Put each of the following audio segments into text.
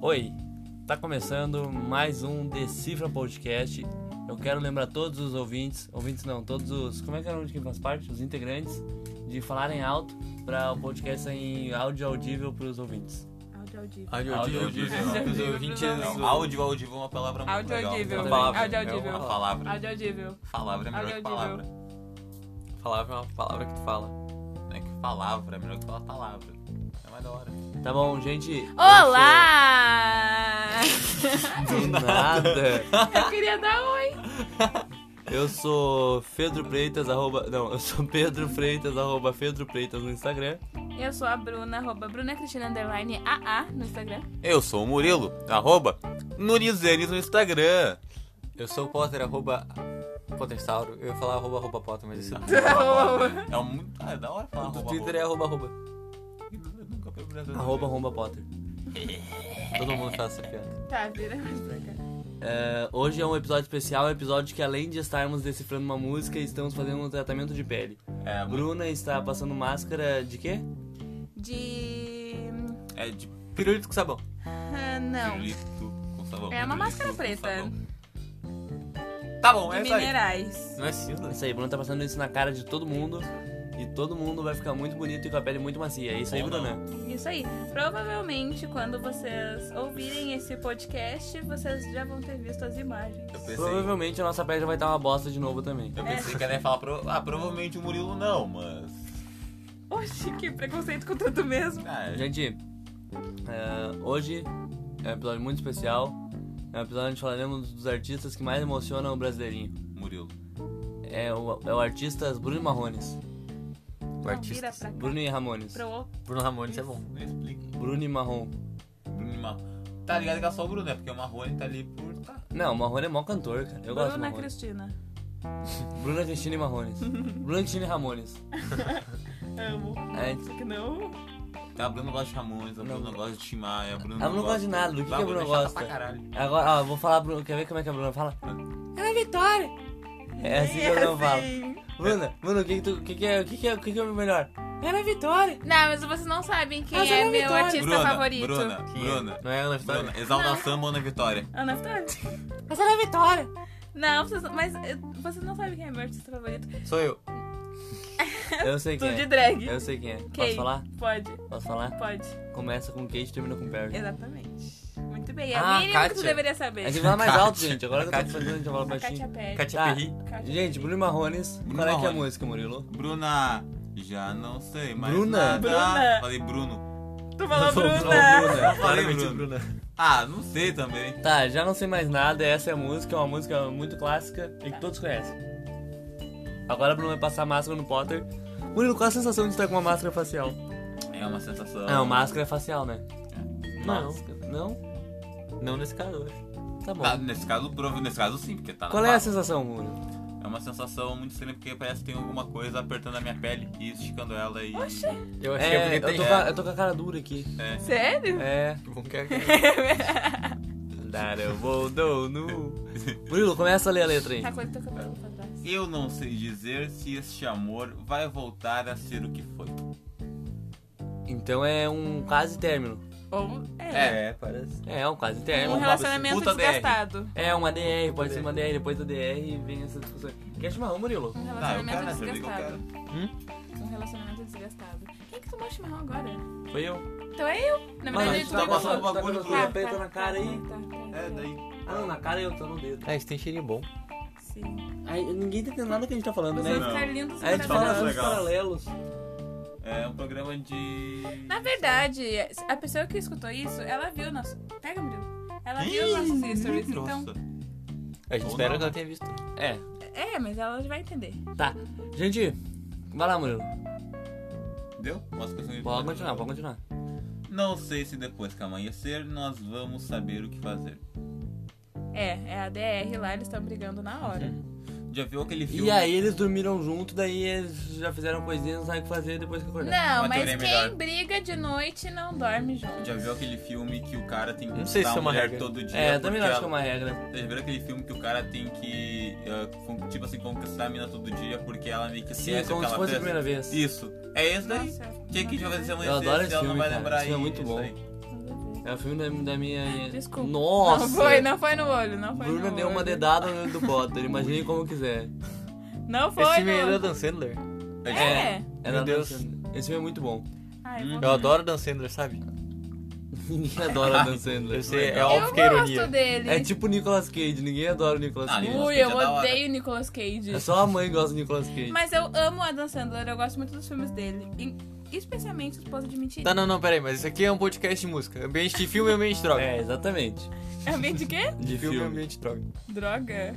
Oi, tá começando mais um Decifra Podcast. Eu quero lembrar todos os ouvintes, ouvintes não, todos os, como é que é o nome de quem faz parte? Os integrantes, de falarem alto para o podcast em áudio audível para os ouvintes. Áudio audível. Áudio Áudio audível. audível. Não, os ouvintes- não, Áudio audível é uma palavra muito Áudio legal. audível. Uma palavra. Áudio é audível. Uma palavra. Áudio audível. Palavra é melhor que Áudio palavra. audível. Palavra é uma palavra que tu fala. Não é que palavra, é melhor que falar palavra. É mais da hora. Tá bom, gente? Olá! Eu sou- Do nada! Eu queria dar oi. Eu sou Pedro Freitas, arroba. Não, eu sou Pedro Freitas, arroba Pedro Freitas no Instagram. Eu sou a Bruna, arroba Bruna Cristina Underline AA no Instagram. Eu sou o Murilo, arroba Nurizenes no Instagram. Eu sou o Potter, arroba Pottersauro. Eu ia falar arroba, arroba Potter, mas isso É um muito. Ah, é da hora falar do arroba. Twitter é arroba, arroba. Eu nunca fui pro Brasil. Arroba Romba Potter. Todo mundo faz essa piada. Tá, vira mais pra cá. É, hoje é um episódio especial, um episódio que além de estarmos decifrando uma música, estamos fazendo um tratamento de pele. É, A Bruna está passando máscara de quê? De. é de Pirulito com sabão. Ah, não. pirulito com sabão. É uma pirulito máscara com preta. sabão. Tá bom, De é isso aí. minerais. Não é Silas? Isso aí, Bruna tá passando isso na cara de todo mundo. E todo mundo vai ficar muito bonito e com a pele muito macia. É isso aí, Ou não. Bruna? Isso aí. Provavelmente quando vocês ouvirem esse podcast, vocês já vão ter visto as imagens. Eu pensei, Provavelmente a nossa pele já vai estar uma bosta de novo também. eu pensei que ela ia falar. pro- Ah, provavelmente o Murilo não, mas. Oxi, que preconceito com tanto mesmo. Ah, Gente, é, hoje é um episódio muito especial. É um episódio onde falaremos dos artistas que mais emocionam o brasileirinho. Murilo. É o, é o artista Bruno e Marrones. O Não, vira artista. pra cá. Bruno e Ramones. Pro outro. Bruno Ramones é bom. Não explica. Bruno e Marrom. Bruno e Marrone. Tá ligado que é só o Bruno, né? Porque o Marrone tá ali por. Tá. Não, o Marrone é mó cantor, cara. Eu gosto do Bruna Marrone. Cristina. Bruna Cristina e Marrones. Bruna Cristina e Ramones. Amo. A gente- Só que não. Tá, a Bruna gosta de Ramones, a Não. Bruna gosta de Tim Maia, a Bruna Ela não gosta de nada. Do que, que a Bruna gosta? caralho. Agora, ó, eu vou falar, Bruno. Quer ver como é que a Bruna fala? Ela é Vitória. É assim que eu não falo. é assim? Bruna, Bruna, o que, que tu. O que, que é o que, que é, o que, que é o meu melhor? Ela é Vitória. Não, mas vocês não sabem quem Mas é ela é meu Vitória. artista Bruna, favorito. Bruna, Bruna, Não é Ana Vitória? Bruna, exalta samba ou na vitória? Ana Ah, é Vitória. Mas ela é Vitória. Não, vocês, mas eh, vocês não sabem quem é meu artista favorito. Sou eu. Eu sei quem Tudo de é. drag. Eu sei quem é. Quem? Posso falar? Pode, Posso falar? pode. Começa com Kate e termina com Perry. Exatamente. Muito bem. É o Ah, mínimo que tu Kátia. deveria A saber. gente fala mais Kátia. alto, gente. Agora que eu tô fazendo, a gente fala Kátia baixinho. Pérez. Kátia Tá. é Perri. Kátia Gente, Bruno e Marrones. Bruno Qual é que é a Marrone. música, Murilo? Bruna, já não sei mais Bruna? nada. Bruna. Falei Bruno. Tu falou Bruna. Bruna. Falei Claramente Bruno. Ah, não sei também. Tá, já não sei mais nada, essa é a música, é uma música muito clássica e que todos conhecem. Agora a Bruna vai passar máscara no Potter. Murilo, qual a sensação de estar com uma máscara facial? É uma sensação. Não, máscara é facial, né? Não. Máscara. Não? Não nesse calor. Tá bom. Tá, nesse caso, prova- nesse caso sim, porque tá. na Qual é a pata. sensação, Murilo? É uma sensação muito estranha porque parece que tem alguma coisa apertando a minha pele e esticando ela e. Oxi. Eu achei É, que eu tô, eu com a, eu tô com a cara dura aqui. É. Sério? É. Bom que é. Dar eu vou do nu. Murilo, começa a ler a letra aí. Tá com o teu cabelo pra trás. Eu não sei dizer se este amor vai voltar a ser o que foi. Então é um quase término. Ou é. É, parece. É, é um quase Um término. Vamos lá, relacionamento puta DR. desgastado. É uma DR, pode ser uma DR, depois da DR vem essa discussão. Quer chimarrão, Murilo? Um Tá, eu relacionamento quero essa briga, eu desgastado. quero. Um relacionamento desgastado. Quem é que tomou chimarrão agora? Foi eu. Então é eu. Na Mas a verdade, gente eu tá tomei passando com- um bagulho com pro- a peita tá, na cara aí. É, daí. Ah, não, na cara eu tô no dedo. Ah, isso tem cheirinho bom. Sim. Aí, ninguém tá entendendo nada que a gente tá falando, né? Vocês Não. ficaram lindos e Aí a gente Tá fala muito assuntos maravilhosos. legal. paralelos. É um programa de. Na verdade, a pessoa que escutou isso, ela viu nosso. Pega, Murilo. Ela viu Ih, nossos stories, então. grossa. A gente Ou espera não. que ela tenha visto. É, É, mas ela vai entender. tá. Gente, vai lá, Murilo. Deu? Posso continuar? Pode continuar, pode continuar. Não sei se depois que amanhecer nós vamos saber o que fazer. É, é a DR lá, eles estão brigando na hora. Uhum. Já viu aquele filme? E aí eles dormiram junto, daí eles já fizeram coisinhas, não sabem o que fazer depois que acordaram. Não, Uma mas teoria quem melhor. briga de noite não dorme junto. Já viu aquele filme que o cara tem que Não sei se conquistar é uma a mulher regra. todo dia? É, eu também não acho porque que é ela- uma regra. Já viu aquele filme que o cara tem que, ah, con- tipo assim, conquistar a mina todo dia porque ela meio que Sim, esquece o como que se ela fosse a fez? primeira vez. Isso. É isso daí. Nossa, O que, que a gente vai não fazer sei. amanhecer adoro se esse ela filme, não vai cara. lembrar Esse filme é aí? muito Isso bom. aí. Nada a ver. É o filme da, da minha. Desculpa. Nossa! Não foi, não foi no olho, não foi Bruno no deu uma olho. dedada no olho do Potter, imagine como quiser. Não Esse foi filme é no da olho. Dan Sandler. É. É Meu da Deus. Dan Sandler. Esse filme é muito bom. Ai, Hum. vou- Eu adoro Dan Sandler, sabe? Ninguém adora Dan Sandler. Eu sei, é legal. óbvio que é Eu gosto ironia. dele. É tipo o Nicolas Cage, ninguém adora o Nicolas Ah, Cage. Nicolas Ui, Cage é eu da hora. odeio o Nicolas Cage. É só a mãe que gosta do Nicolas Cage. Mas eu amo a Dan Sandler, eu gosto muito dos filmes dele. E- especialmente Esposa de Mentira. Tá, não, não, peraí, mas isso aqui é um podcast de música. Ambiente de filme e ambiente de droga. É, exatamente. É ambiente de quê? De filme e filme. ambiente de droga. Droga.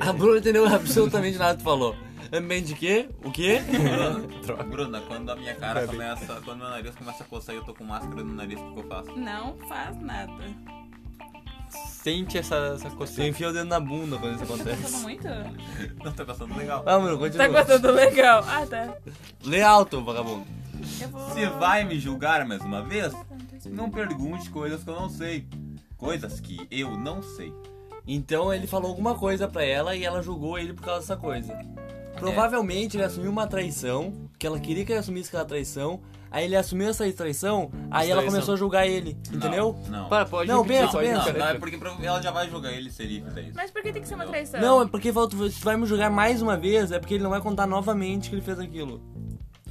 A Bruna entendeu absolutamente nada que tu falou. Ambiente de quê? O quê? Droga. Bruna, quando a minha cara Ainda bem. começa. Quando meu nariz começa a coçar e eu tô com máscara no nariz, o que eu faço? Não faz nada. Sente essa, essa Você coceira. enfia o dedo na bunda quando isso Tá gostando acontece. muito? Não tá passando legal. Ah, Bruno, continua. Tá gostando legal. Ah, tá. Lê alto, vagabundo. Eu vou... Se vai me julgar mais uma vez, não pergunte coisas que eu não sei. Coisas que eu não sei. Então ele falou alguma coisa pra ela e ela julgou ele por causa dessa coisa. Provavelmente ele assumiu uma traição, que ela queria que ele assumisse aquela traição, aí ele assumiu essa traição, aí ela Traição. começou a julgar ele, entendeu? Não. Para, pode Não, repetir, pensa, pode pensa. Não, repetir. não, é porque prova- ela já vai julgar ele se ele fizer isso. Mas por que tem que ser uma traição? Não, é porque falou, tu se tu vai me julgar mais uma vez, é porque ele não vai contar novamente que ele fez aquilo.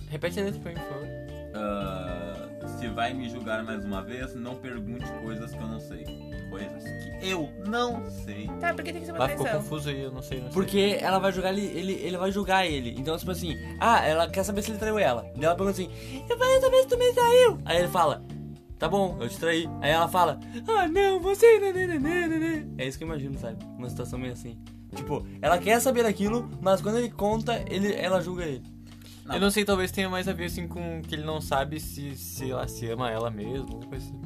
Repete a letra pra mim, por favor. Ah, se vai me julgar mais uma vez, não pergunte coisas que eu não sei. Coisas que eu não sei. Tá, por que tem que ser uma Ah, ficou traição? confuso aí, eu não sei, não sei. Porque ela vai julgar ele, ele, ele vai julgar ele. Então, tipo assim, ah, ela quer saber se ele traiu ela. Daí ela pergunta assim, eu quero saber se tu me traiu. Aí ele fala, tá bom, eu te traí. Aí ela fala, ah não, você. nananana." É isso que eu imagino, sabe? Uma situação meio assim. Tipo, ela quer saber aquilo, mas quando ele conta, ele, ela julga ele. Eu não sei, talvez tenha mais a ver assim com que ele não sabe se, se ela se ama ela mesmo, alguma coisa assim.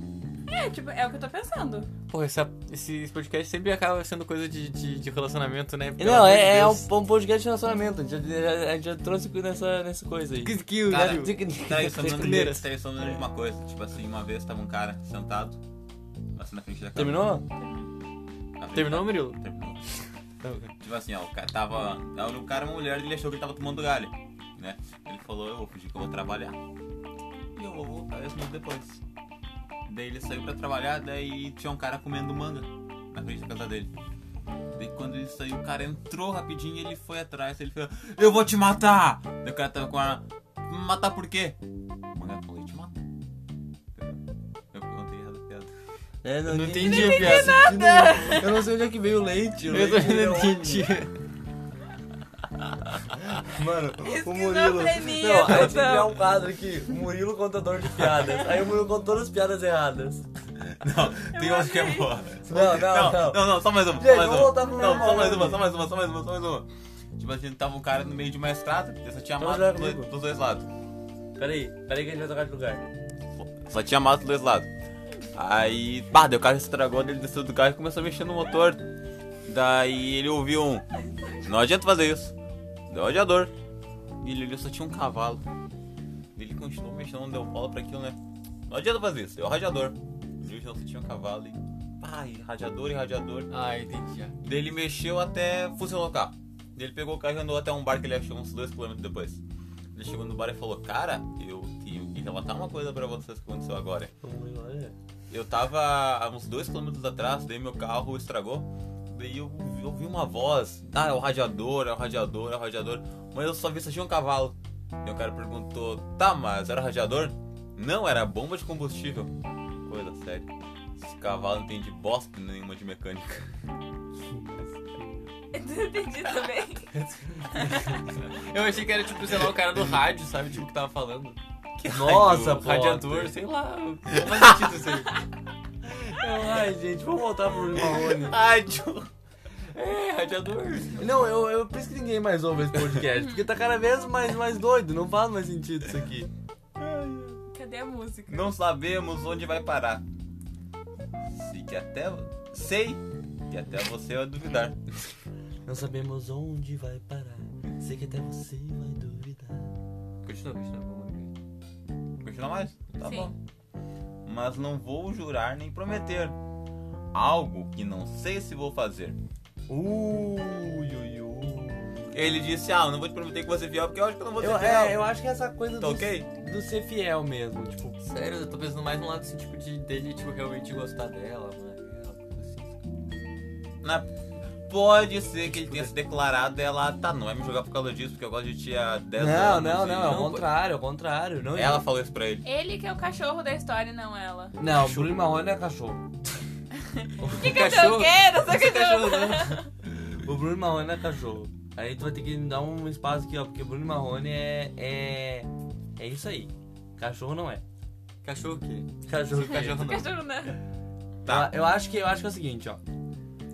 É, tipo, é o que eu tô pensando. Pô, essa, esse podcast sempre acaba sendo coisa de, de, de relacionamento, né? Pelo não, amor de é, é um, Deus. um podcast de relacionamento. A gente já, já- a gente já trouxe nessa, nessa coisa aí. Que skill, Cara, tá velho. Traição não Primeiras. traição não é uma coisa. Tipo assim, uma vez tava um cara sentado, assim na frente da casa. Terminou? Na frente Terminou, da- Murilo? Tá Terminou. Não, cara. Tipo assim, ó, o cara tava. Era um cara, uma mulher, ele achou que ele tava tomando galho, né? Ele falou, eu vou fingir que eu vou trabalhar. E eu vou voltar 10 minutos depois. Daí ele saiu pra trabalhar, daí tinha um cara comendo manga na frente da casa dele. Daí quando ele saiu, o cara entrou rapidinho e ele foi atrás, ele falou, eu vou te matar! Daí o cara tava com a. Matar por quê? O manga falou, eu te mato. Eu contei errado a piada. É, Não ninguém- entendi a piada. Eu não sei onde é que veio o leite. O leite Eu também veio não aonde? entendi. Mano, o Murilo. Esquizofrenia, Não, a gente total. criar um quadro aqui. O Murilo contador de piadas. Aí o Murilo conta todas as piadas erradas. Não, tem outro que é boa. Não, não, não. não, só mais uma. Gente, só mais vamos uma. voltar pro não, normal, só mais uma, né? só mais uma, só mais uma, só mais uma. Tipo assim, tava um cara no meio de uma estrada, e só tinha Então mato joga do- comigo. dos dois lados. Peraí, peraí que a gente vai trocar de lugar. Só tinha mato dos dois lados. Aí, pá, daí o carro estragou, daí ele desceu do carro e começou a mexer no motor. Daí ele ouviu um. Não adianta fazer isso. Deu adiador. E ele olhou, só tinha um cavalo. Ele continuou mexendo, não deu bola pra aquilo, né? Não adianta fazer isso, deu radiador. Ele olhou, só tinha um cavalo e. Pá, e radiador e radiador. Ah, entendi já. Daí ele mexeu até funcionou o carro. Daí ele pegou o carro e andou até um bar que ele achou uns 2km depois. Ele chegou no bar e falou: Cara, eu tenho que relatar uma coisa pra vocês que aconteceu agora. O Murilo, olha. Eu tava a uns 2km atrás, daí meu carro estragou. Daí eu ouvi- ouvi uma voz: Ah, é o radiador, é o radiador, é o radiador. Mas eu só vi só tinha um cavalo. E o cara perguntou: Tá, mas era radiador? Não, era bomba de combustível. Coisa séria. Esse cavalo não entende bosta nenhuma de mecânica. Eu entendi também. Eu achei que era tipo, sei lá, o cara do rádio, sabe? Tipo, que tava falando. Nossa, o pô. radiador, sei lá. Não faz sentido isso aí. Ai, gente, vamos voltar pro Murilo Marrone. Rádio. É, radiador. Não, eu, eu por isso que ninguém mais ouve esse podcast. Porque tá cada vez mais, mais doido. Não faz mais sentido isso aqui. Cadê a música? Não sabemos onde vai parar. Sei que até. Sei que até você vai duvidar. Não sabemos onde vai parar. Sei que até você vai duvidar. Continua, continua. Continua mais? Tá Sim. bom. Mas não vou jurar nem prometer. Algo que não sei se vou fazer. Ui, ui, ui. Ele disse, ah, eu não vou te prometer que você é fiel, porque eu acho que eu não vou ser Eu, fiel. é, eu acho que é essa coisa Tá do, ok? do ser fiel mesmo, tipo. Sério, eu tô pensando mais no lado assim, tipo, de dele, tipo, realmente gostar dela, mano. ela, coisa assim. Na- Né? Pode ser que ele tenha se declarado e ela, tá, não vai me jogar por causa disso, porque eu gosto de ti há 10 Não, anos. não, e- não, é o Não, contrário, é o contrário. Não, Ela falou isso pra ele. Ele que é o cachorro da história, não ela. Não, Bruno Marrone é cachorro. Que cachorro cachorro- que é? Não sei Esse o cachorro. O Bruno Marrone é cachorro. Aí tu vai ter que me dar um espaço aqui, ó, porque Bruno Marrone é. É, é isso aí. Cachorro não é. Cachorro o quê? Cachorro, Cachorro não. Cachorro não. Tá. Eu, eu acho que, eu acho que é o seguinte, ó.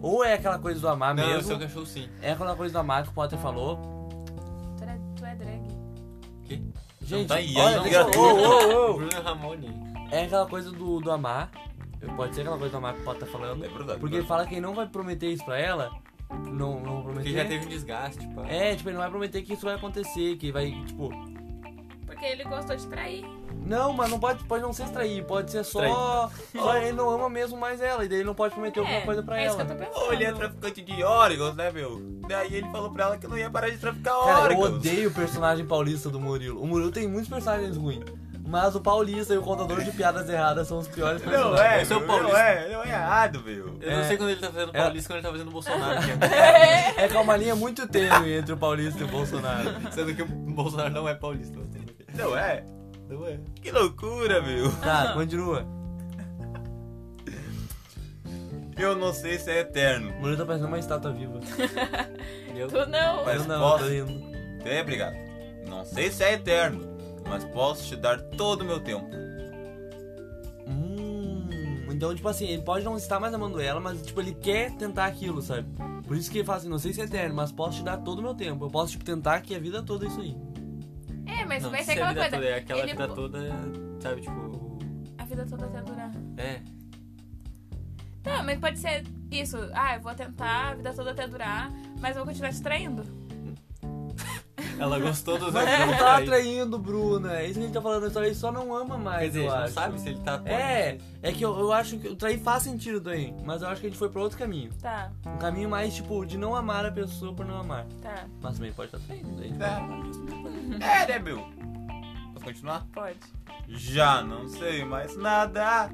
Ou é aquela coisa do amar Não, eu mesmo, sou cachorro sim. é aquela coisa do amar que o Potter falou. Tu é, tu é drag. Gente, tá aí, olha, aí, deixa, ó. ô, ô, ô. Bruno Ramone. é aquela coisa do, do amar. Pode ser aquela coisa do amar que o Potter tá falando. É verdade. Porque é ele verdade. fala que ele não vai prometer isso pra ela. Não, não prometer. Porque já teve um desgaste, pá. É, tipo, ele não vai prometer que isso vai acontecer, que vai, tipo. Porque ele gostou de trair. Não, mas não pode, pode não ser trair, pode ser só. só ele não ama mesmo mais ela, e daí ele não pode prometer alguma é, coisa pra é ela. isso que eu tô pensando. Ô, ele é traficante de órgãos, né, meu? Daí ele falou pra ela que não ia parar de traficar Cara, eu órgãos. odeio o personagem paulista do Murilo. O Murilo tem muitos personagens ruins. Mas o paulista e o contador de piadas erradas são os piores personagens. Não é, Eu sou meu, paulista. não é, não é errado, meu. Eu É. não sei quando ele tá fazendo É. Paulista e quando ele tá fazendo Bolsonaro. que É que é uma linha muito tênue entre o paulista e o Bolsonaro. é- Sendo que o Bolsonaro não é paulista. mas tudo bem. Não é? Não é. Que loucura, meu. Tá, continua. Eu não sei se é eterno. O Murilo tá parecendo uma estátua viva. Eu... Tu não. Mas Eu não, posso? tô indo. É, obrigado. Não sei se é eterno, mas posso te dar todo o meu tempo. Uhum. Hum, então, tipo assim, ele pode não estar mais amando ela, mas, tipo, ele quer tentar aquilo, sabe? Por isso que ele fala assim, não sei se é eterno, mas posso te dar todo o meu tempo. Eu posso, tipo, tentar aqui a vida toda isso aí. É, mas Não, vai ser se aquela a vida coisa. toda é aquela ele- vida toda, sabe, tipo... o- A vida toda até durar. É. Tá, mas pode ser isso. Ah, eu vou tentar a vida toda até durar, mas eu vou continuar te traindo. Ela gostou dos Mas outros, ele não né? tá Aí- traindo, Bruna. É isso que a gente tá falando, só- ele só não ama mais, Quer dizer, a eu gente não acho. sabe se ele tá... É, é que eu, eu acho que o trair faz sentido também, mas eu acho que a gente foi pra outro caminho. Tá, Um caminho mais, tipo, de não amar a pessoa por não amar. tá, Mas também pode estar traindo, né? gente. É, né, meu? Posso continuar? pode. Já não sei mais nada.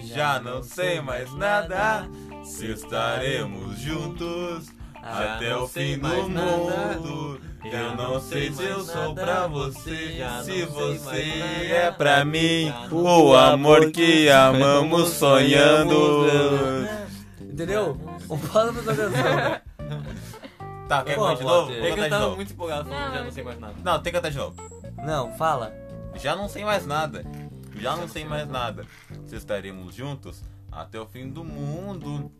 Já não sei mais nada. Se estaremos juntos Ah, até não o sei fim do mais nada. mundo. Já Eu não sei se mais eu sou nada. pra você. Já não Se sei você mais nada. é pra mim. Já não- O amor que amamos sonhando. Entendeu? Fala pra tua atenção. Tá, quer Pô, cantar de novo? Walter. Vou É que cantar eu de tava um. novo. muito empolgado falando, Não, já não eu- sei mais nada. Não, tem que cantar de novo. Não, fala. Já não sei mais nada. Já não sei mais nada. Se estaremos juntos até o fim do mundo.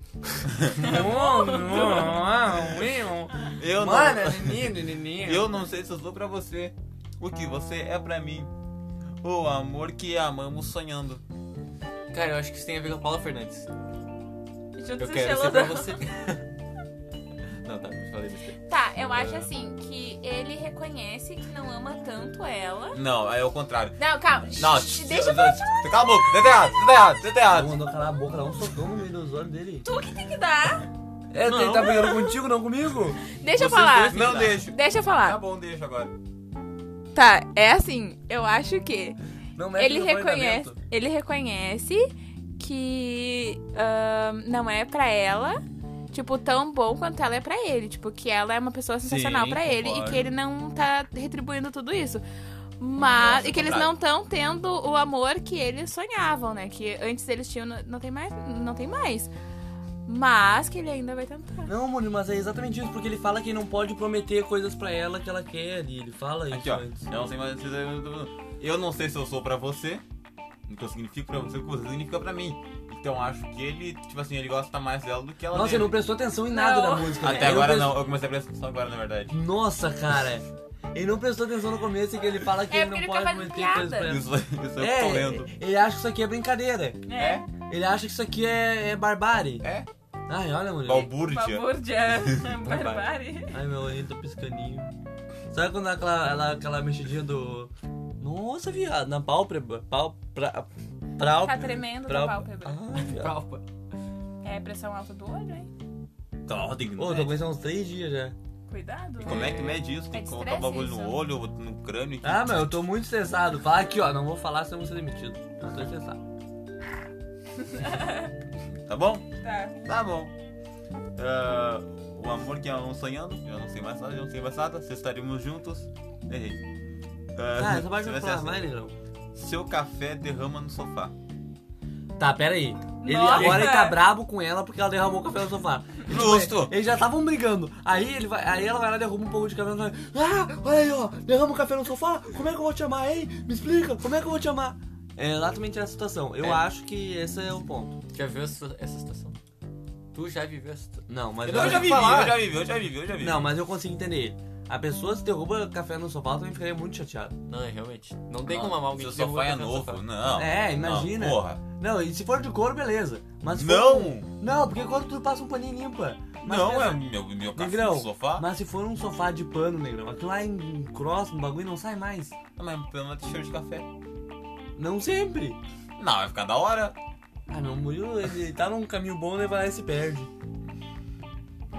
Eu não, é eu não sei se eu sou pra você. O que você é pra mim. O amor que amamos sonhando. Cara, eu acho que isso tem a ver com a Paula Fernandes. Juntos Eu e quero ser pra Sheldon. você. Não, tá, eu falei besteira. Tá, eu acho assim que ele reconhece que não ama tanto ela. Não, é o contrário. Não, calma. Não, shh, tch- deixa eu tch- falar. tch- Cala a boca, você tá errado, você tá errado, você tá errado. Mandou calar a boca, dá um socão no meio dos olhos dele. Tu que tem que dar. É, ele tá brigando contigo, não comigo? Deixa eu Vocês falar. dois Não deixo. Deixa eu Tá falar. bom, deixa agora. Tá, é assim, eu acho que Não mexe ele no reconhece, apartamento. ele reconhece que ahn, não é pra ela, tipo, tão bom quanto ela é pra ele, tipo, que ela é uma pessoa sensacional pra ele e concordo. que ele não tá retribuindo tudo isso. Mas Nossa, e que eles contrário. não estão tendo o amor que eles sonhavam, né? Que antes eles tinham, não não tem mais, não tem mais. Mas que ele ainda vai tentar. Não, Murilo, mas é exatamente isso, porque ele fala que não pode prometer coisas pra ela que ela quer ali. Ele fala isso Aqui, ó. antes. Eu não sei mais. Eu não sei se eu sou pra você. O que eu significo pra você, o que você significa pra mim. Então acho que ele, tipo assim, ele gosta mais dela do que ela Nossa, dele. ele não prestou atenção em nada Não. da música. Até né? Ele agora prestou- não, eu comecei a prestar atenção agora, na verdade. Nossa, cara. Ele não prestou atenção no começo e que ele fala que É, ele não porque pode ele fica prometer coisas fazendo pra ela. Isso, isso um eu tô É, lendo. ele- ele acha que isso aqui é brincadeira. É. Ele acha que isso aqui é, é barbárie. É? Ai, olha, Murilo. Balbúrdia. Balbúrdia. Barbárie. Ai, meu olhinho tá piscaninho. Sabe quando aquela, ela, aquela mexidinha do... Nossa, viado, na pálpebra. Pál, pra, pra, Tá tremendo pra- da pálpebra. Ah. Ai, viado. Prova. É pressão alta do olho, hein? Tá, ordem, Ô, tô com isso há uns três dias já. Cuidado. E como é que mede isso? Tem que colocar o bagulho estresse no isso. olho, no crânio. Ah, mas eu tô muito estressado. Fala aqui, ó. Não vou falar senão eu vou ser demitido. Eu tô estressado. Tá bom? Tá. Tá bom. Ah, o amor que eu não sonhando, eu não sei mais nada, eu não sei mais nada, se estaremos juntos. Errei. Ah, Ah, essa parte se eu vou vai ser falar mais, negrão. assim, Seu café derrama no sofá. Tá, pera aí. Ele Nossa! agora ele tá brabo com ela porque ela derramou o café no sofá. Ele- Justo! Eles já estavam brigando. Aí, ele vai, aí ela vai lá e derruba um pouco de café no sofá. Ah, olha aí, ó. Derrama o café no sofá. Como é que eu vou te amar, hein? Me explica. Como é que eu vou te amar? É exatamente essa situação. Eu É. acho que esse é o ponto. Já viu essa, essa situação? Tu já viveu essa situação? Não, mas Eu Eu não já vou vivi, falar. eu já vivi, eu já vivi, eu já vivi. Não, mas eu consigo entender ele. A pessoa se derruba café no sofá, eu também ficaria muito chateado. Não, é realmente. Não tem Não, como amar alguém Seu que derruba sofá é café no novo, sofá. não. É, imagina. Não, porra. Não, e se for de couro, beleza. Mas se for- Não! Não, porque quando tu passa um paninho limpa. Mas Não, pensa- assim, é meu, meu café Negrão, no sofá. mas se for um sofá de pano, negrão, aquilo lá em cross, no bagulho, não sai mais. Mas, mas pelo menos cheiro é de café. Não sempre. Não, vai ficar da hora. Ah, meu, o Murilo, ele ele tá num caminho bom, ele vai lá e se perde.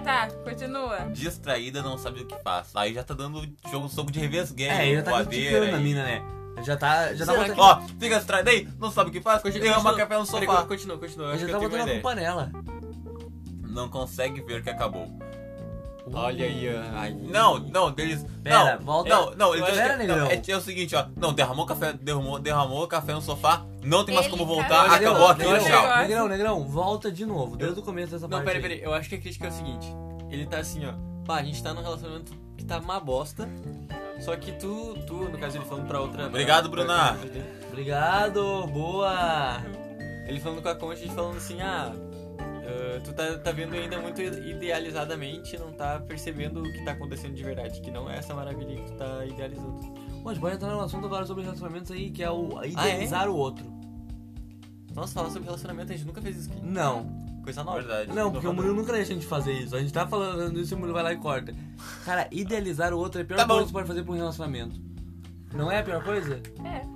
Tá, continua. Distraída, não sabe o que faz. Aí já tá dando jogo soco de revés guerra. É, ele já tá voadeira, criticando a aí. mina, né? Já tá, já tá Será botando, que- Ó, fica distraída aí, não sabe o que faz, derrama café um no Peraí, sofá. Continua, continua. Eu acho já que tá eu tenho botando uma a ideia. culpa nela. Não consegue ver que acabou. Olha aí, ó. Ai. Não, não, deles. Pera, não, volta. Não, não, Eu eles. acho que- não, negrão. é, é o seguinte, ó. Não, derramou café, derramou, derramou café no sofá, não tem mais Ele como cagou. voltar, Tá, acabou aqui, negrão, tchau. tchau. Negrão, negrão, volta de novo, desde o começo dessa Não, parte. peraí, aí. Ah. peraí. Eu acho que a crítica é o seguinte. Ele tá assim, ó. Pá, a gente tá num relacionamento que tá uma bosta. Só que tu, tu, no caso, ele falando pra outra. Obrigado, pra- Bruna. pra- Obrigado, boa. Ele falando com a cônjuge, falando assim, ah. ah, tu tá, tá vendo ainda muito idealizadamente, não tá percebendo o que tá acontecendo de verdade, que não é essa maravilha que tu tá idealizando. Pô, a gente pode entrar num assunto agora sobre relacionamentos aí, que é o idealizar o outro. Nossa, falar sobre relacionamento, a gente nunca fez isso aqui. Não, Coisa nova. Verdade. Não, porque o Inovador. Murilo nunca deixa a gente fazer isso. A gente tá falando isso e o Murilo vai lá e corta. Cara, idealizar o outro é a pior Tá bom. coisa que você pode fazer pra um relacionamento. Não é a pior coisa?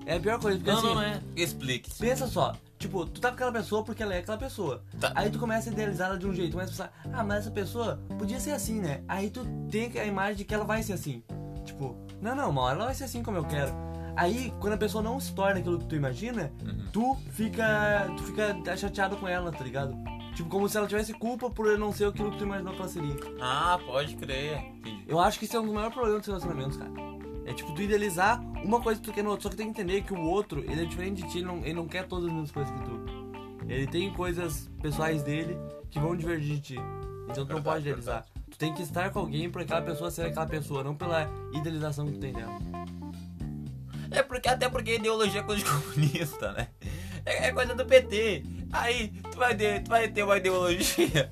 É. É a pior coisa, porque Não, assim, não, não é. Explique. pensa só. Tipo, tu tá com aquela pessoa porque ela é aquela pessoa. Tá. Aí tu começa a idealizar ela de um jeito, começa a pensar, ah, mas essa pessoa podia ser assim, né? Aí tu tem a imagem de que ela vai ser assim. Tipo, não, não, uma hora ela vai ser assim como eu quero. Aí, quando a pessoa não se torna aquilo que tu imagina, Uhum. tu fica. Tu fica chateado com ela, tá ligado? Tipo, como se ela tivesse culpa por eu não ser aquilo que tu imaginou que ela seria. Ah, pode crer. Entendi. Eu acho que isso é um dos maiores problemas dos relacionamentos, cara. É tipo, tu idealizar uma coisa que tu quer no outro. Só que tem que entender que o outro, ele é diferente de ti, ele não, ele não quer todas as mesmas coisas que tu. Ele tem coisas pessoais dele que vão divergir de ti. Então tu não Verdade, pode idealizar. Tu tem que estar com alguém pra aquela pessoa ser aquela pessoa, não pela idealização que tu tem dela. É porque, até porque ideologia é coisa de comunista, né? É, é coisa do PT. Aí, tu vai, ter, tu vai ter uma ideologia.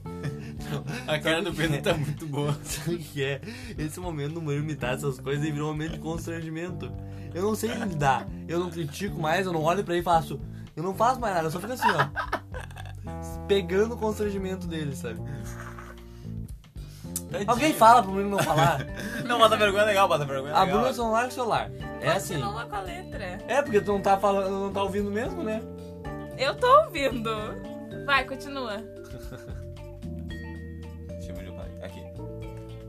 A cara do Pedro tá muito boa. Sabe o que é? Esse momento do Murilo imitar essas coisas e virou um momento de constrangimento. Eu não sei lidar. Eu não critico mais, eu não olho pra ele e faço. Eu não faço mais nada, eu só fico assim, ó. Pegando o constrangimento dele, sabe? Alguém fala pro Murilo não falar. Não, mas a vergonha é legal, mas a vergonha é A legal. Bruna só não larga o celular. É assim. Continua com a letra. É, porque tu não tá falando, não tá ouvindo mesmo, né? Eu tô ouvindo. Vai, continua. Chama de pai. Aqui.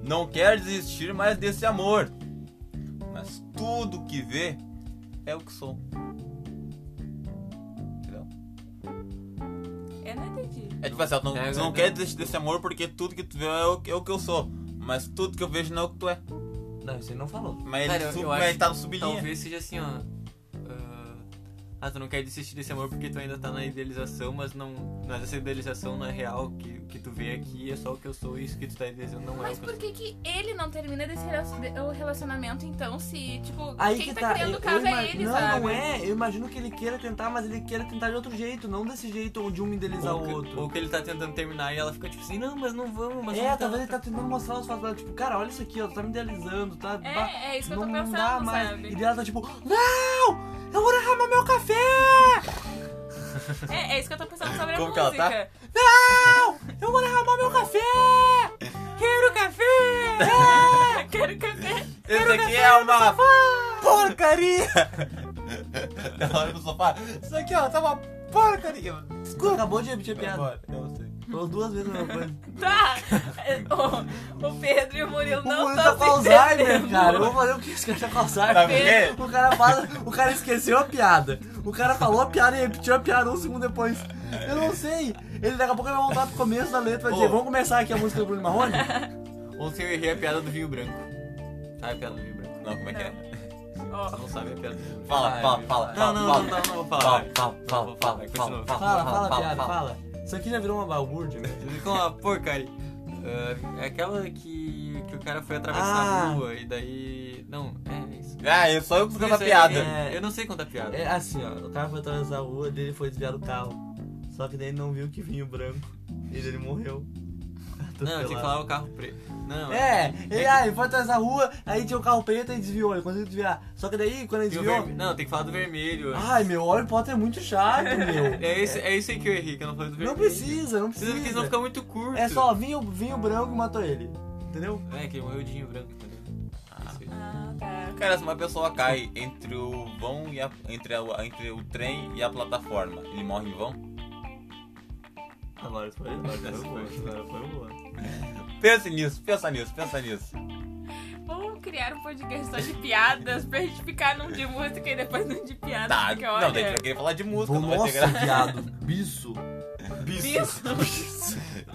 Não quer desistir mais desse amor. Mas tudo que vê é o que sou. Entendeu? Eu não entendi. É tipo assim, ó, tu não, É tu não verdade. quer desistir desse amor porque tudo que tu vê é o, que- é o que eu sou. Mas tudo que eu vejo não é o que tu é. Não, isso ele não falou. Mas ele, Cara, eu- sub, eu mas acho ele tá no que sublinha. Talvez seja assim, ó. ah, ah, tu não quer desistir desse amor porque tu ainda tá na idealização, mas não. Mas essa idealização não é real. Que, o que tu vê aqui é só o que eu sou e isso que tu tá idealizando não é o Mas que eu por sou. que, que ele não termina desse relacion- o relacionamento, então, se, tipo, Aí quem que tá, tá. criando eu- o caso eu ima- é ele, não, sabe? não é. Eu imagino que ele queira tentar, mas ele queira tentar de outro jeito, não desse jeito de um idealizar ou, o que- outro. ou que ele tá tentando terminar e ela fica tipo assim, não, mas não vamos, mas É, vamos talvez ele tentar". tá tentando mostrar os fatos pra ela, tipo, cara, olha isso aqui, ó, tu tá me idealizando, tá? bah, É, é isso que não, eu tô não pensando, dá mais. sabe? E daí ela tá tipo, não! Eu vou derramar meu café! É, é isso que eu tô pensando sobre a Como que ela música. tá? Não! Eu vou derramar meu café! Quero café! Quero café! Esse aqui é uma porcaria! Na hora do sofá. Isso aqui, ó, tá uma porcaria. Acabou de repetir a Vai piada. embora, Eu sei. Falou duas vezes né, a mesma coisa. Tá! O, o Pedro e o Murilo O não Murilo estão tá se com Alzheimer, entendendo. cara. Eu vou fazer o que esse cara tá com Sabe Alzheimer? por quê? O cara fala, o cara esqueceu a piada. O cara falou a piada e repetiu a piada um segundo depois. Eu não sei. Ele daqui a pouco vai voltar pro começo da letra e vai dizer, Ô. vamos começar aqui a música do Bruno Marrone? tá- Ontem eu errei a piada do vinho branco. Sabe a piada do vinho branco? Não, como é que é? Você não sabe a piada do vinho branco. Fala, Ai, fala, meu fala. Não, fala, não, fala. não, não, não vou falar. Fala, fala, Não fala, fala, vou falar, fala, continua. fala, Fala, fala, fala, piada, fala. fala. Isso aqui já virou uma balbúrdia, velho. Fica uma porcaria. Ah, é aquela que, que o cara foi atravessar Ah. a rua e daí. Não, é isso. Ah, eu só eu que contar Pois é, piada. é, eu não sei contar piada. É assim, ó. O cara foi atravessar a rua, dele foi desviar o carro. Só que daí ele não viu que vinha o branco. E daí ele morreu. não, tem que Atropelado. falar o carro preto. Não, É, ele, ah, ele foi atrás da rua, aí tinha um carro preto e desviou, ele conseguiu desviar. Só que daí, quando ele tem o desviou. vermelho. Não, tem que falar do vermelho. Ai, meu, Harry Potter é muito chato, meu. É esse, é esse aí que eu errei, que eu não falei do vermelho. Não precisa, não Precisa porque senão precisa. fica muito curto. É só vinho, vinho branco e matou ele. Entendeu? É, que ele morreu de vinho branco também. Isso aí. Ah, tá. Cara, se uma pessoa cai entre o vão e a, entre, a, entre o trem e a plataforma, ele morre em vão? Agora foi, agora foi, agora foi boa. Pensa nisso, pensa nisso, pensa nisso. Vamos criar um podcast só de piadas pra gente ficar num de música e depois num de piadas. Tá, porque olha. não, daí a gente vai querer falar de música, não vai ter Nossa, é graça. viado, bicho. Isso.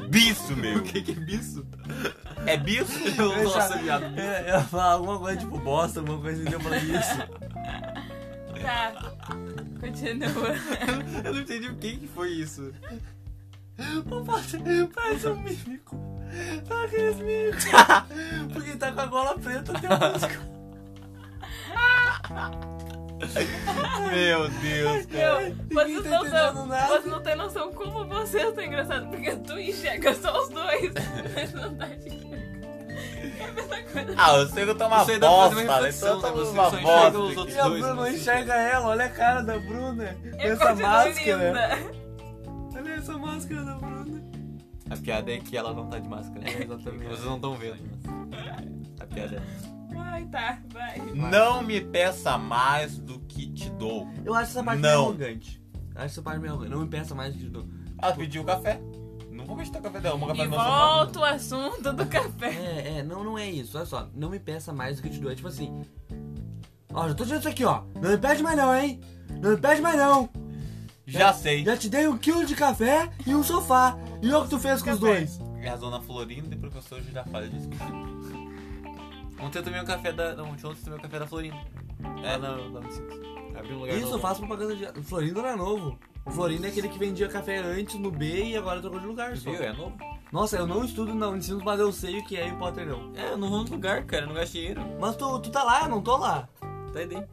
Bisso, meu. O que, que é isso? É bisso? Nossa, viado. É, Eu ia falar alguma coisa tipo bosta, alguma coisa entendeu? Eu falei isso. Tá. Continua. Eu não entendi o que, que foi isso. O Potter parece um mímico. Sabe aqueles mímicos? Porque ele tá com a gola preta até o músico. Meu Deus, cara. Meu, Ninguém vocês tá não entendendo são. nada. Vocês não têm noção como vocês estão engraçados. Porque tu enxerga só os dois. Mas não dá de enxergar. É a mesma coisa. Ah, eu sei que eu tô uma Isso aí dá pra bosta, fazer uma né? reflexão, Então eu tô né? Você uma só enxerga os bosta. outros E a dois, né? Bruna não mas- enxerga ela, olha a cara da Bruna. Eu essa continuo máscara. linda. Olha essa máscara da Bruna. A piada é que ela não tá de máscara. né? Exatamente. Vocês não estão vendo. A piada é. Ai, tá. Vai. Não me peça mais do que te dou. Eu acho essa parte meio Não. arrogante. Acho essa parte meio arrogante. Não me peça mais do que dou. Ela Ah, pediu café. Não vou mexer o café dela, vamos café é E no nosso irmão. volta o assunto do café. É, é, não, não é isso. Olha só, não me peça mais do que te dou. É tipo assim. Ó, já tô dizendo isso aqui, ó. Não me pede mais não, hein? Não me pede mais não. Já sei. Já te dei um quilo de café e um sofá. E olha o que tu fez com os Café. dois. Razão na Florinda e professor de Falha disso. Ontem eu tomei um café da. Não, ontem eu tomei um café da Florinda. É, não, não me sinto. Abri um lugar. Isso, eu novo. faço propaganda de. O Florinda não é novo. O Florinda é aquele que vendia café antes no B e agora trocou de lugar só. Viu? É novo. Nossa, eu não estudo não, ensino, mas eu sei o que é Harry Potter não. É, eu não vou no lugar, cara. Eu não gasto dinheiro. Mas tu, tu tá lá, eu não tô lá. Tá aí dentro.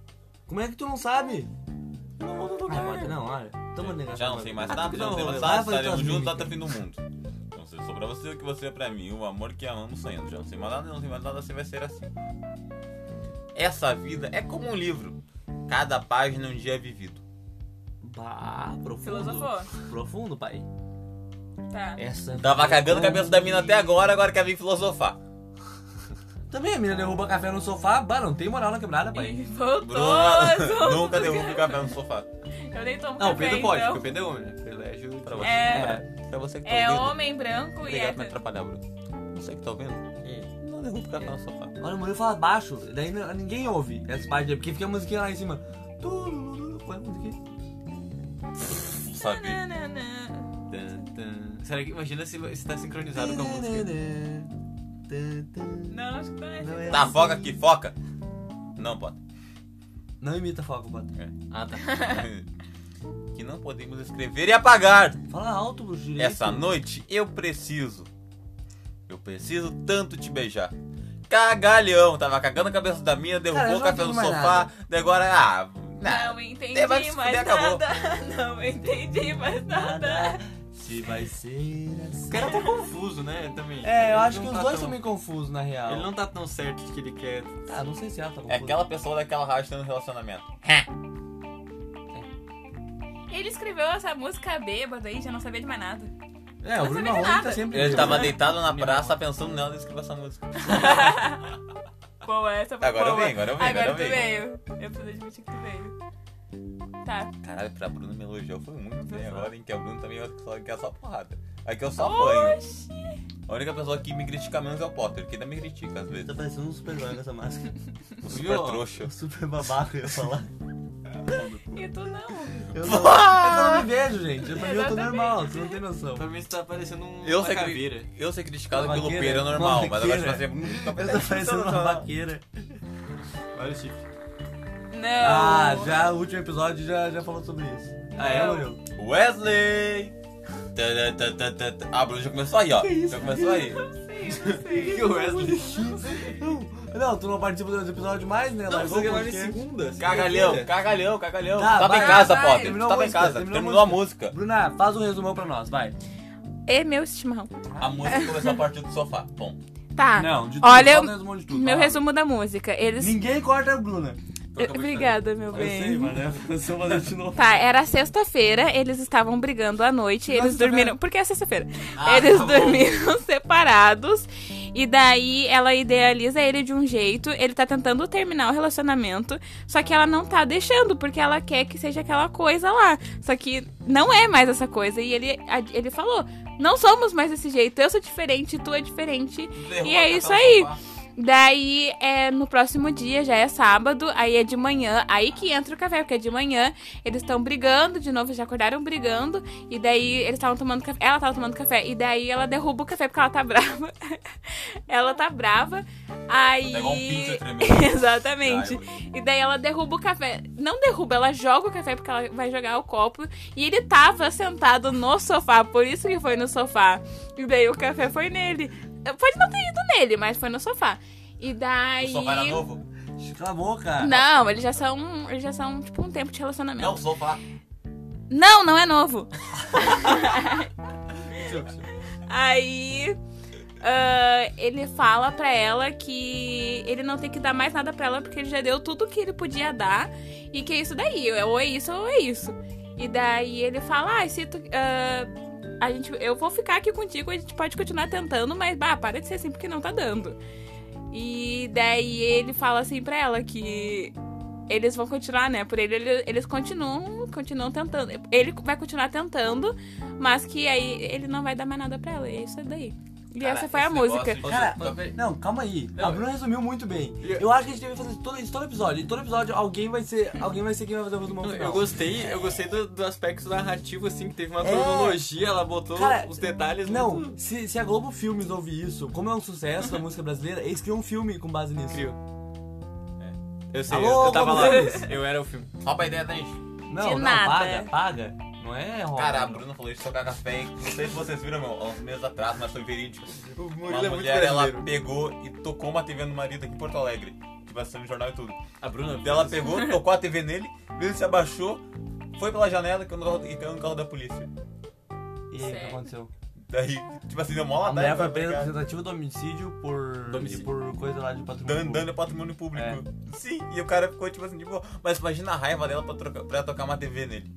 Como é que tu não sabe? Eu não vou no lugar. Harry Potter não, olha. Então Tamo negando. Já não sei mais Ah, nada, tu já não não, sei mais vai nada. fazer Estaremos tuas juntos mímicas. até o fim do mundo. Não sei, sou pra você o que você é pra mim. O amor que amamos sonhando. Já não sei mais nada, não sei mais nada, você vai ser assim. Essa vida é como um livro. Cada página um dia é vivido. Bah, profundo. Filosofou. Profundo, pai. Tá. Essa. Tava cagando a cabeça da mina até agora, agora quer vir filosofar. Também a mina derruba café no sofá. Bah, não tem moral na quebrada, E pai. voltou o Bruna assunto nunca do derruba o café no sofá. café. Eu nem tomo Não, o café, Pedro pode, então. porque o Pedro é homem, né? Privilégio pra você. É, Pra você que tá é ouvindo. homem branco Obrigado por e me é... atrapalhar, Bruno. Você que tá ouvindo? Não derruba o café no sofá. Olha, o Murilo fala baixo. Daí n- ninguém ouve essa parte aí, porque fica a musiquinha lá em cima. Tu, lu, lu, lu, Qual é a musiquinha? Não sabia. Nananã. Tan, tan. Será que imagina se você tá sincronizado com é a música? Não, acho que não é Não é. assim. Tá, foca aqui, foca. Não, bota. Não imita foco, bota. Ah, tá. que não podemos escrever e apagar. Fala alto, bruxo. direito. Essa noite eu preciso. Eu preciso tanto te beijar. Cagalhão, tava cagando a cabeça da mina, derrubou Cara, eu o não café no entendo mais sofá, daí agora. Ah, Não não. entendi Vai se fuder, mais acabou. nada. Não entendi mais nada. Se vai ser assim. O cara tá confuso, né? Também. É, eu Ele acho não que os dois tá tão- estão meio confusos, na real. Ele não tá tão certo de que ele quer. Ah, não sei se ela tá confusa. É aquela pessoa daquela rádio tendo um relacionamento. Ele escreveu essa música bêbada aí, já não sabia de mais nada. É, o Não Bruno sabia de Marrone tá nada. sempre... Ele tava deitado na praça pensando nela e escreveu essa música. Boa, essa foi Agora eu boa. é venho, agora eu venho, Agora agora eu tu veio. Eu preciso admitir que tu veio. Tá. Caralho, pra Bruno me elogiou foi muito bem agora, em que a Bruno também é só- que é só porrada. Aqui eu só Tá apanho. Oxi. A única pessoa que me critica menos é o Potter, que ainda me critica às vezes. Tá parecendo um super-herói com essa máscara. O super trouxa. Um super babaco, eu ia falar. E tu não. Eu não, eu não me vejo, gente. Eu, pra mim eu tô Exatamente. normal, você não tem noção. Pra mim você tá parecendo um, Eu uma sei, caveira. cri- eu sei criticado Uma pelo vaqueira. Pedro é normal, Uma mas agora vaqueira. você assim, "Hum, muito Eu tô parecendo uma vaqueira. Olha o chifre. Não. Ah, já o último episódio já, já falou sobre isso. Ah, é, Murilo? Wesley! Tá, tá, tá, tá, tá, tá. Ah, Bruno já começou aí, ó. Já começou aí. Não sei, não sei. o Wesley? Não, não, tu não participa do episódio mais, né? Não, Largou você o grava em podcast. segunda. Cagalhão, cagalhão, cagalhão. Tá, tava vai, em casa, vai. Potter. Terminou Tava a em música, casa. terminou a Terminou a música. Bruna, faz um resumão pra nós, vai. É meu chimarrão. A música começou a partir do sofá. Bom, Tá. Não, de tudo. Olha, faz um resumão de tudo. meu vai. resumo da música. Eles. Ninguém corta a Bruna. Eh, Obrigada, meu Eu bem. sei, mano. é Eu sou fazer de novo. Tá, era sexta-feira, eles estavam brigando à noite, eles sexta-feira. dormiram. Porque é sexta-feira. tá Ah, eles tá bom. dormiram separados. E daí ela idealiza ele de um jeito, ele tá tentando terminar o relacionamento, só que ela não tá deixando, porque ela quer que seja aquela coisa lá. Só que não é mais essa coisa. E ele, a- ele falou: não somos mais desse jeito, eu sou diferente, tu é diferente. E tá é isso aí. Daí, é, no próximo dia, já é sábado, aí é de manhã, aí que entra o café, porque é de manhã, eles estão brigando de novo, já acordaram brigando, e daí eles estavam tomando café, ela tava tomando café, e daí ela derruba o café porque ela tá brava. ela tá brava, aí... Pegou um pincher tremendo. Exatamente. Ai, E daí ela derruba o café. Não derruba, ela joga o café porque ela vai jogar o copo. E ele tava sentado no sofá, por isso que foi no sofá. E daí o café foi nele. Pode não ter ido nele, mas foi no sofá. E O daí. sofá era novo? Cala a boca. Não, eles já são. Eles já são, tipo, um tempo de relacionamento. Não, o sofá. Não, não é novo. Aí ah, ele fala pra ela que ele não tem que dar mais nada pra ela porque ele já deu tudo que ele podia dar e que é isso daí, ou é isso ou é isso. E daí ele fala, ah, se tu, ah, a gente, eu vou ficar aqui contigo, a gente pode continuar tentando, mas bah, para de ser assim porque não tá dando. E daí ele fala assim pra ela que eles vão continuar, né? Por ele, ele- eles continuam, continuam tentando. Ele vai continuar tentando, mas que aí ele não vai dar mais nada pra ela. E é isso daí. E essa foi a música. Cara, Cara, não, calma aí. Não, a Bruna resumiu muito bem. eu- Eu acho que a gente deve fazer todo, isso todo episódio. Em todo episódio, alguém vai ser. Alguém vai ser quem vai fazer o resumão Não, final. Eu gostei, eu gostei do, do aspecto narrativo, assim, que teve uma É. cronologia, ela botou Cara, os detalhes Não, muito- se, se a Globo Filmes ouvir isso, como é um sucesso da música brasileira, eles criam um filme com base nisso. Incrível. Eu sei, Alô, eu, eu tava lá. Globo Filmes. Eu era o filme. rouba a ideia da gente. Não, De não, nada. paga, paga. Não é rola. Cara, a Bruna falou de socar café. e Não sei se vocês viram, meu, há uns meses atrás, mas foi verídico. O Uma Murilo é muito mulher, ela brasileiro. pegou e tocou uma TV no marido aqui em Porto Alegre. Tipo, assim, no jornal e tudo. A Bruna Daí Ela pegou, tocou a TV nele, ele se abaixou, foi pela janela caiu no carro- e caiu no carro da polícia. E aí, o que Sério? aconteceu? Daí, tipo assim, deu mó A mulher ladaia foi pra presa por pegar. tentativa de homicídio por. Domicílio. e por coisa lá de patrimônio. Dan- público. Dando é patrimônio público. É. Sim, e o cara ficou tipo assim, tipo, mas imagina a raiva dela pra, troca- pra tocar uma TV nele.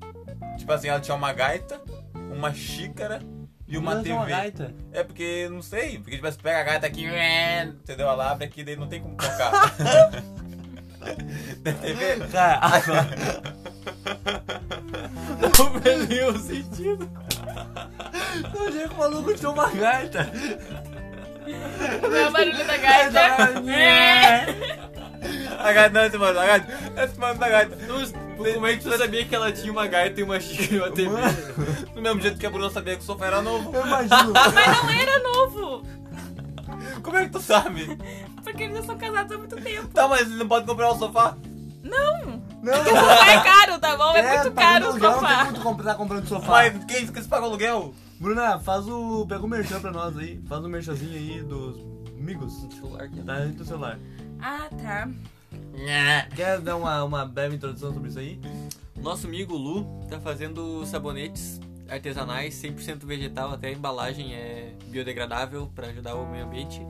Tipo assim, ela tinha uma gaita, uma xícara e uma Mas é TV. uma gaita. É porque, não sei, porque tipo, você pega a gaita aqui, entendeu? Ela abre aqui, daí não tem como tocar. Cara, agora- não é perdeu o sentido. o Diego maluco tinha uma gaita. O meu barulho da É, a gaita não, esse mano, a gaita, esse mano tá da gaita. Como é que tu sabia que ela tinha uma gaita e uma xícara e uma TV? Do mesmo jeito que é a Bruna sabia que o sofá era novo. Eu imagino. Mas não era novo! Como é que tu sabe? Porque eles já são casados há muito tempo. Tá, mas não pode comprar o sofá? Não! Não, Porque o sofá é caro, tá bom? É, muito tá caro o vendo? Já Não tem sofá. muito como tá comprando sofá. Mas quem que você paga o aluguel? Bruna, faz o. Pega o merchan pra nós aí. Faz o merchanzinho aí dos amigos. Tá dentro do celular. Ah, tá. Quer dar uma, uma breve introdução sobre isso aí? Nosso amigo Lu tá fazendo sabonetes artesanais, 100% vegetal, até a embalagem é biodegradável para ajudar o meio ambiente.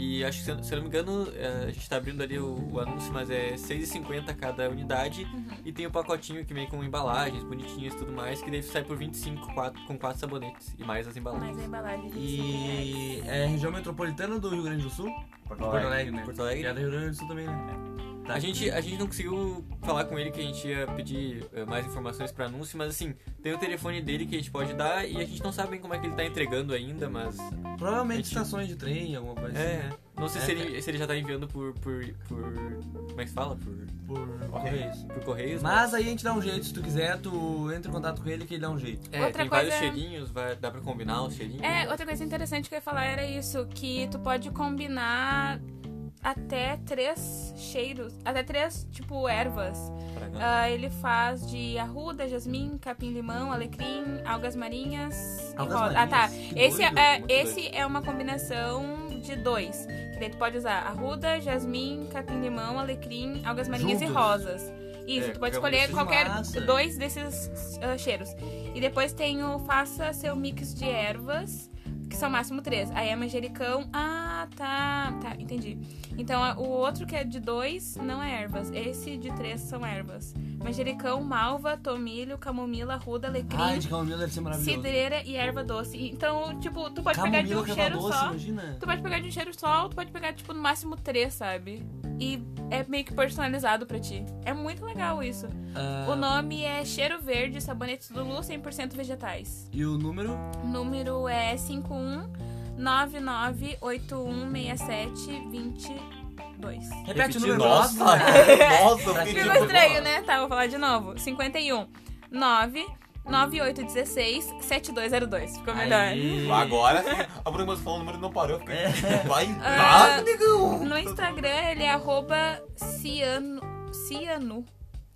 E acho que, se eu- se eu não me engano, eh, a gente tá abrindo ali o, o anúncio, mas é R$ 6,50 cada unidade. E tem o pacotinho que vem com embalagens bonitinhas e tudo mais, que daí sai por 25 quatro, com quatro sabonetes e mais as embalagens. Mas a embalagem de 25 reais. E é região metropolitana do Rio Grande do Sul? Porto Alegre, né? Porto Alegre. E é do Rio Grande do Sul também, né? Tá. A gente, a gente não conseguiu falar com ele que a gente ia pedir eh, mais informações pra anúncio, mas assim, tem o telefone dele que a gente pode dar e a gente não sabe bem como é que ele tá entregando ainda, mas. Provavelmente gente- estações de trem, alguma coisa assim. É. Não sei se, É, ele, se ele já tá enviando por. por. por. Como é que se fala? Por. assim, Por correios. Por correios. né? Mas aí a gente dá um jeito, se tu quiser, tu entra em contato com ele que ele dá um jeito. É, Outra tem vários coisa- cheirinhos, vai, dá pra combinar os cheirinhos. É, outra coisa interessante que eu ia falar era isso, que tu pode combinar até três cheiros, até três, tipo, ervas. Ah, ele faz de arruda, jasmim, capim-limão, alecrim, algas marinhas e Algas rosa. Ah, marinhas? tá. Que Esse, doido, é, muito esse é uma combinação de dois. Que daí tu pode usar arruda, jasmim, capim-limão, alecrim, algas marinhas e Juntas? rosas. Isso, É, tu pode qualquer um escolher desses qualquer massa. dois desses ah, cheiros. E depois tem o faça seu mix de ervas, que são máximo três. Aí é manjericão. Ah, tá. Tá, entendi. Então a- o outro que é de dois não é ervas. Esse de três são ervas. Manjericão, malva, tomilho, camomila, ruda, alecrim, Ai, de camomila deve ser maravilhoso. cidreira e erva doce. Então, tipo, tu pode pegar Camomila de com um erva cheiro doce, né? só. imagina. Tu pode pegar de um cheiro só ou tu pode pegar, tipo, no máximo três, sabe? E é meio que personalizado pra ti. É muito legal isso. Ah, O nome é Cheiro Verde Sabonetes do Lu 100% Vegetais. E o número? O número é Repete 519981672. o Repetir, número. nossa. Pra Nossa, quem eu Ficou não- estranho, né? Tá, vou falar de novo. 51 9 9816 7202. Ficou melhor. Aí. Agora sim, a Bruna falou o número e não parou. eu Fiquei, É. vai, Ah, tá, negão. No Instagram ele é arroba ciano. Cianu.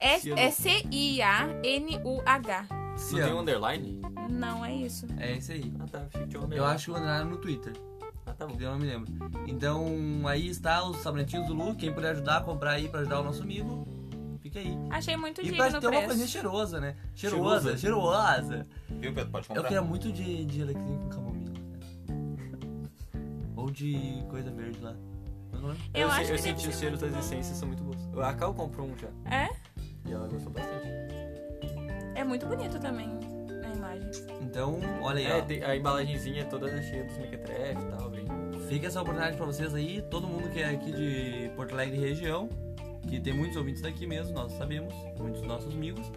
É, Cianu. é C-I-A-N-U-H. Sim, Não tem um ó. underline? Não é isso. É isso aí. Ah tá, achei que tinha um Eu underline. acho que o André no Twitter. Ah, tá bom. Eu não me lembro. Então, aí está os sabonetinhos do Lu. Quem puder ajudar a comprar aí pra ajudar o nosso amigo, fica aí. Achei muito E digno pra o ter uma coisinha preço. cheirosa, né? Cheirosa, cheirosa. Viu, Pedro? Pode Eu comprar. queria muito de, de alecrim com camomila, cara. Ou de coisa verde lá. Eu não lembro. Eu se- acho eu que senti deve o ser cheiro das essências, são muito boas. A Cal comprou um já É? e ela gostou bastante. É muito bonito também a imagem. Então, olha aí, É, ó. tem- a embalagenzinha toda cheia dos mequetref e tal, bem. Fica essa oportunidade pra vocês aí, todo mundo que é aqui de Porto Alegre e região, que tem muitos ouvintes daqui mesmo, nós sabemos, muitos dos nossos amigos,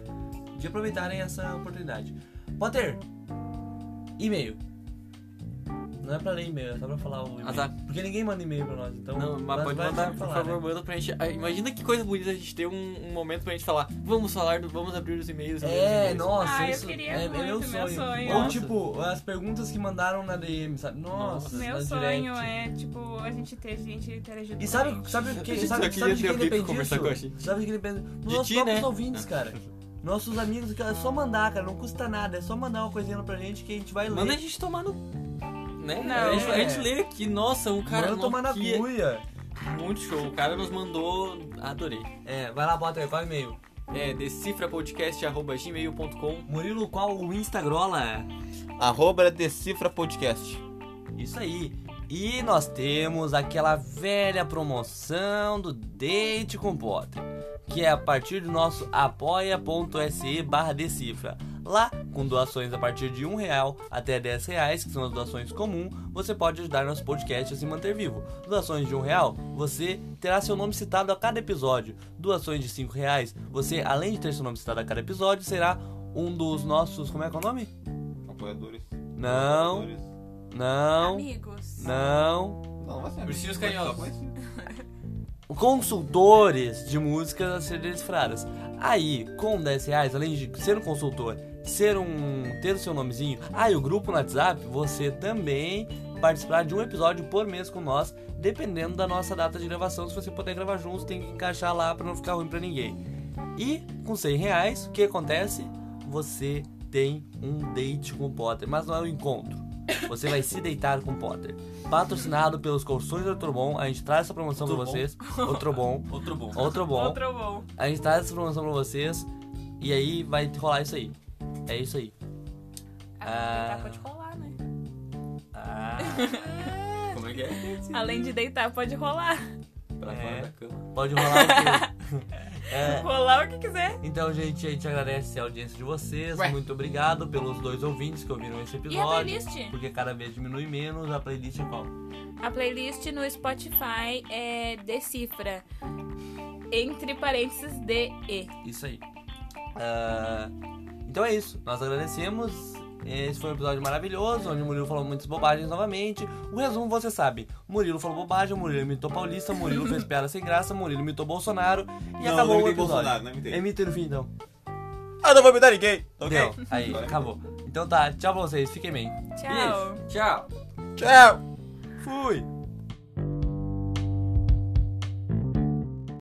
de aproveitarem essa oportunidade. Potter, e-mail. Não é pra ler e-mail, é só pra falar o e-mail. Ah, tá. Porque ninguém manda e-mail pra nós, então... Não, mas pode vai- mandar, vai por falar, favor, né? manda pra gente. Ah, Imagina que coisa bonita a gente ter um, um momento pra gente falar. Vamos falar, do- vamos abrir os e-mails. abrir os É, e-mails." nossa, Ah, eu isso queria é, é muito, meu meu sonho. sonho. Ou Nossa. tipo, as perguntas que mandaram na DM, sabe? Nossa, Nossa, Meu na sonho direct. é, tipo, a gente ter gente interagindo. E com a sabe, gente. sabe o A que, gente sabe, sabe só queria de ter quem alguém pra depende conversar disso? com a gente. Sabe de quem depende? Dos De nossos ti, próprios né? ouvintes, cara. Nossos amigos, que é só mandar, cara, não custa nada, é só mandar uma coisinha pra gente que a gente vai ler. Manda a gente tomar no. Né? Não. a, gente, a É. gente lê aqui, nossa, um cara. Manda tomar na que é cuia. Muito show. O cara nos mandou. Adorei. É, vai lá, bota aí, qual é o e-mail? É decifrapodcast.gmail.com. Murilo, qual o Instagrola? Arroba Decifra Podcast. Isso aí. E nós temos aquela velha promoção do Date com Potter, que é a partir do nosso apoia.se barra decifra. Lá, com doações a partir de um real até 10 reais, que são as doações comum, você pode ajudar nosso podcast a se manter vivo. Doações de um real, você terá seu nome citado a cada episódio. Doações de 5 reais, você, além de ter seu nome citado a cada episódio, será um dos nossos... Como é que é o nome? Apoiadores. Não, Apoiadores. não, Amigos. é um não... Não, vai ser. Ursinhos Vai ser carinhosos. só conhecido. consultores de músicas a serem decifradas. Aí, com 10 reais, além de ser um consultor, ser um. ter o seu nomezinho, ah, e o grupo no WhatsApp, você também participar de um episódio por mês com nós, dependendo da nossa data de gravação. Se você puder gravar juntos, tem que encaixar lá pra não ficar ruim pra ninguém. E com 100 reais, o que acontece? Você tem um date com o Potter, mas não é um encontro. Você vai se deitar com o Potter. Patrocinado pelos Colções do Trobon, a gente traz essa promoção pra Trobon. vocês. Outro bom, Outro bom. outro bom. Outro bom. A gente traz essa promoção pra vocês e aí vai rolar isso aí. É isso aí. Aproveitar pode rolar, né? Ah, Como é que é? Além de deitar, pode rolar. Pra É. fora da cama. pode rolar o que... É, Rolar o que quiser. Então, gente, a gente agradece a audiência de vocês. Muito obrigado pelos dois ouvintes que ouviram esse E a episódio. playlist? Porque cada vez diminui menos a playlist é qual? A playlist no Spotify é Decifra. Entre parênteses, D E. Isso aí. Ah, então é isso. Nós agradecemos. Esse foi um episódio maravilhoso, onde o Murilo falou muitas bobagens novamente. O resumo você sabe. O Murilo falou bobagem, o Murilo imitou Paulista, o Murilo fez piada sem graça, o Murilo imitou Bolsonaro e acabou o não, não imitei episódio. Bolsonaro, não imitei. Emite no fim, então. Ah, não vou imitar ninguém. Ok. Deu. Aí, acabou. Então tá, tchau pra vocês, fiquem bem. Tchau. Beijo. Tchau. Tchau! Fui!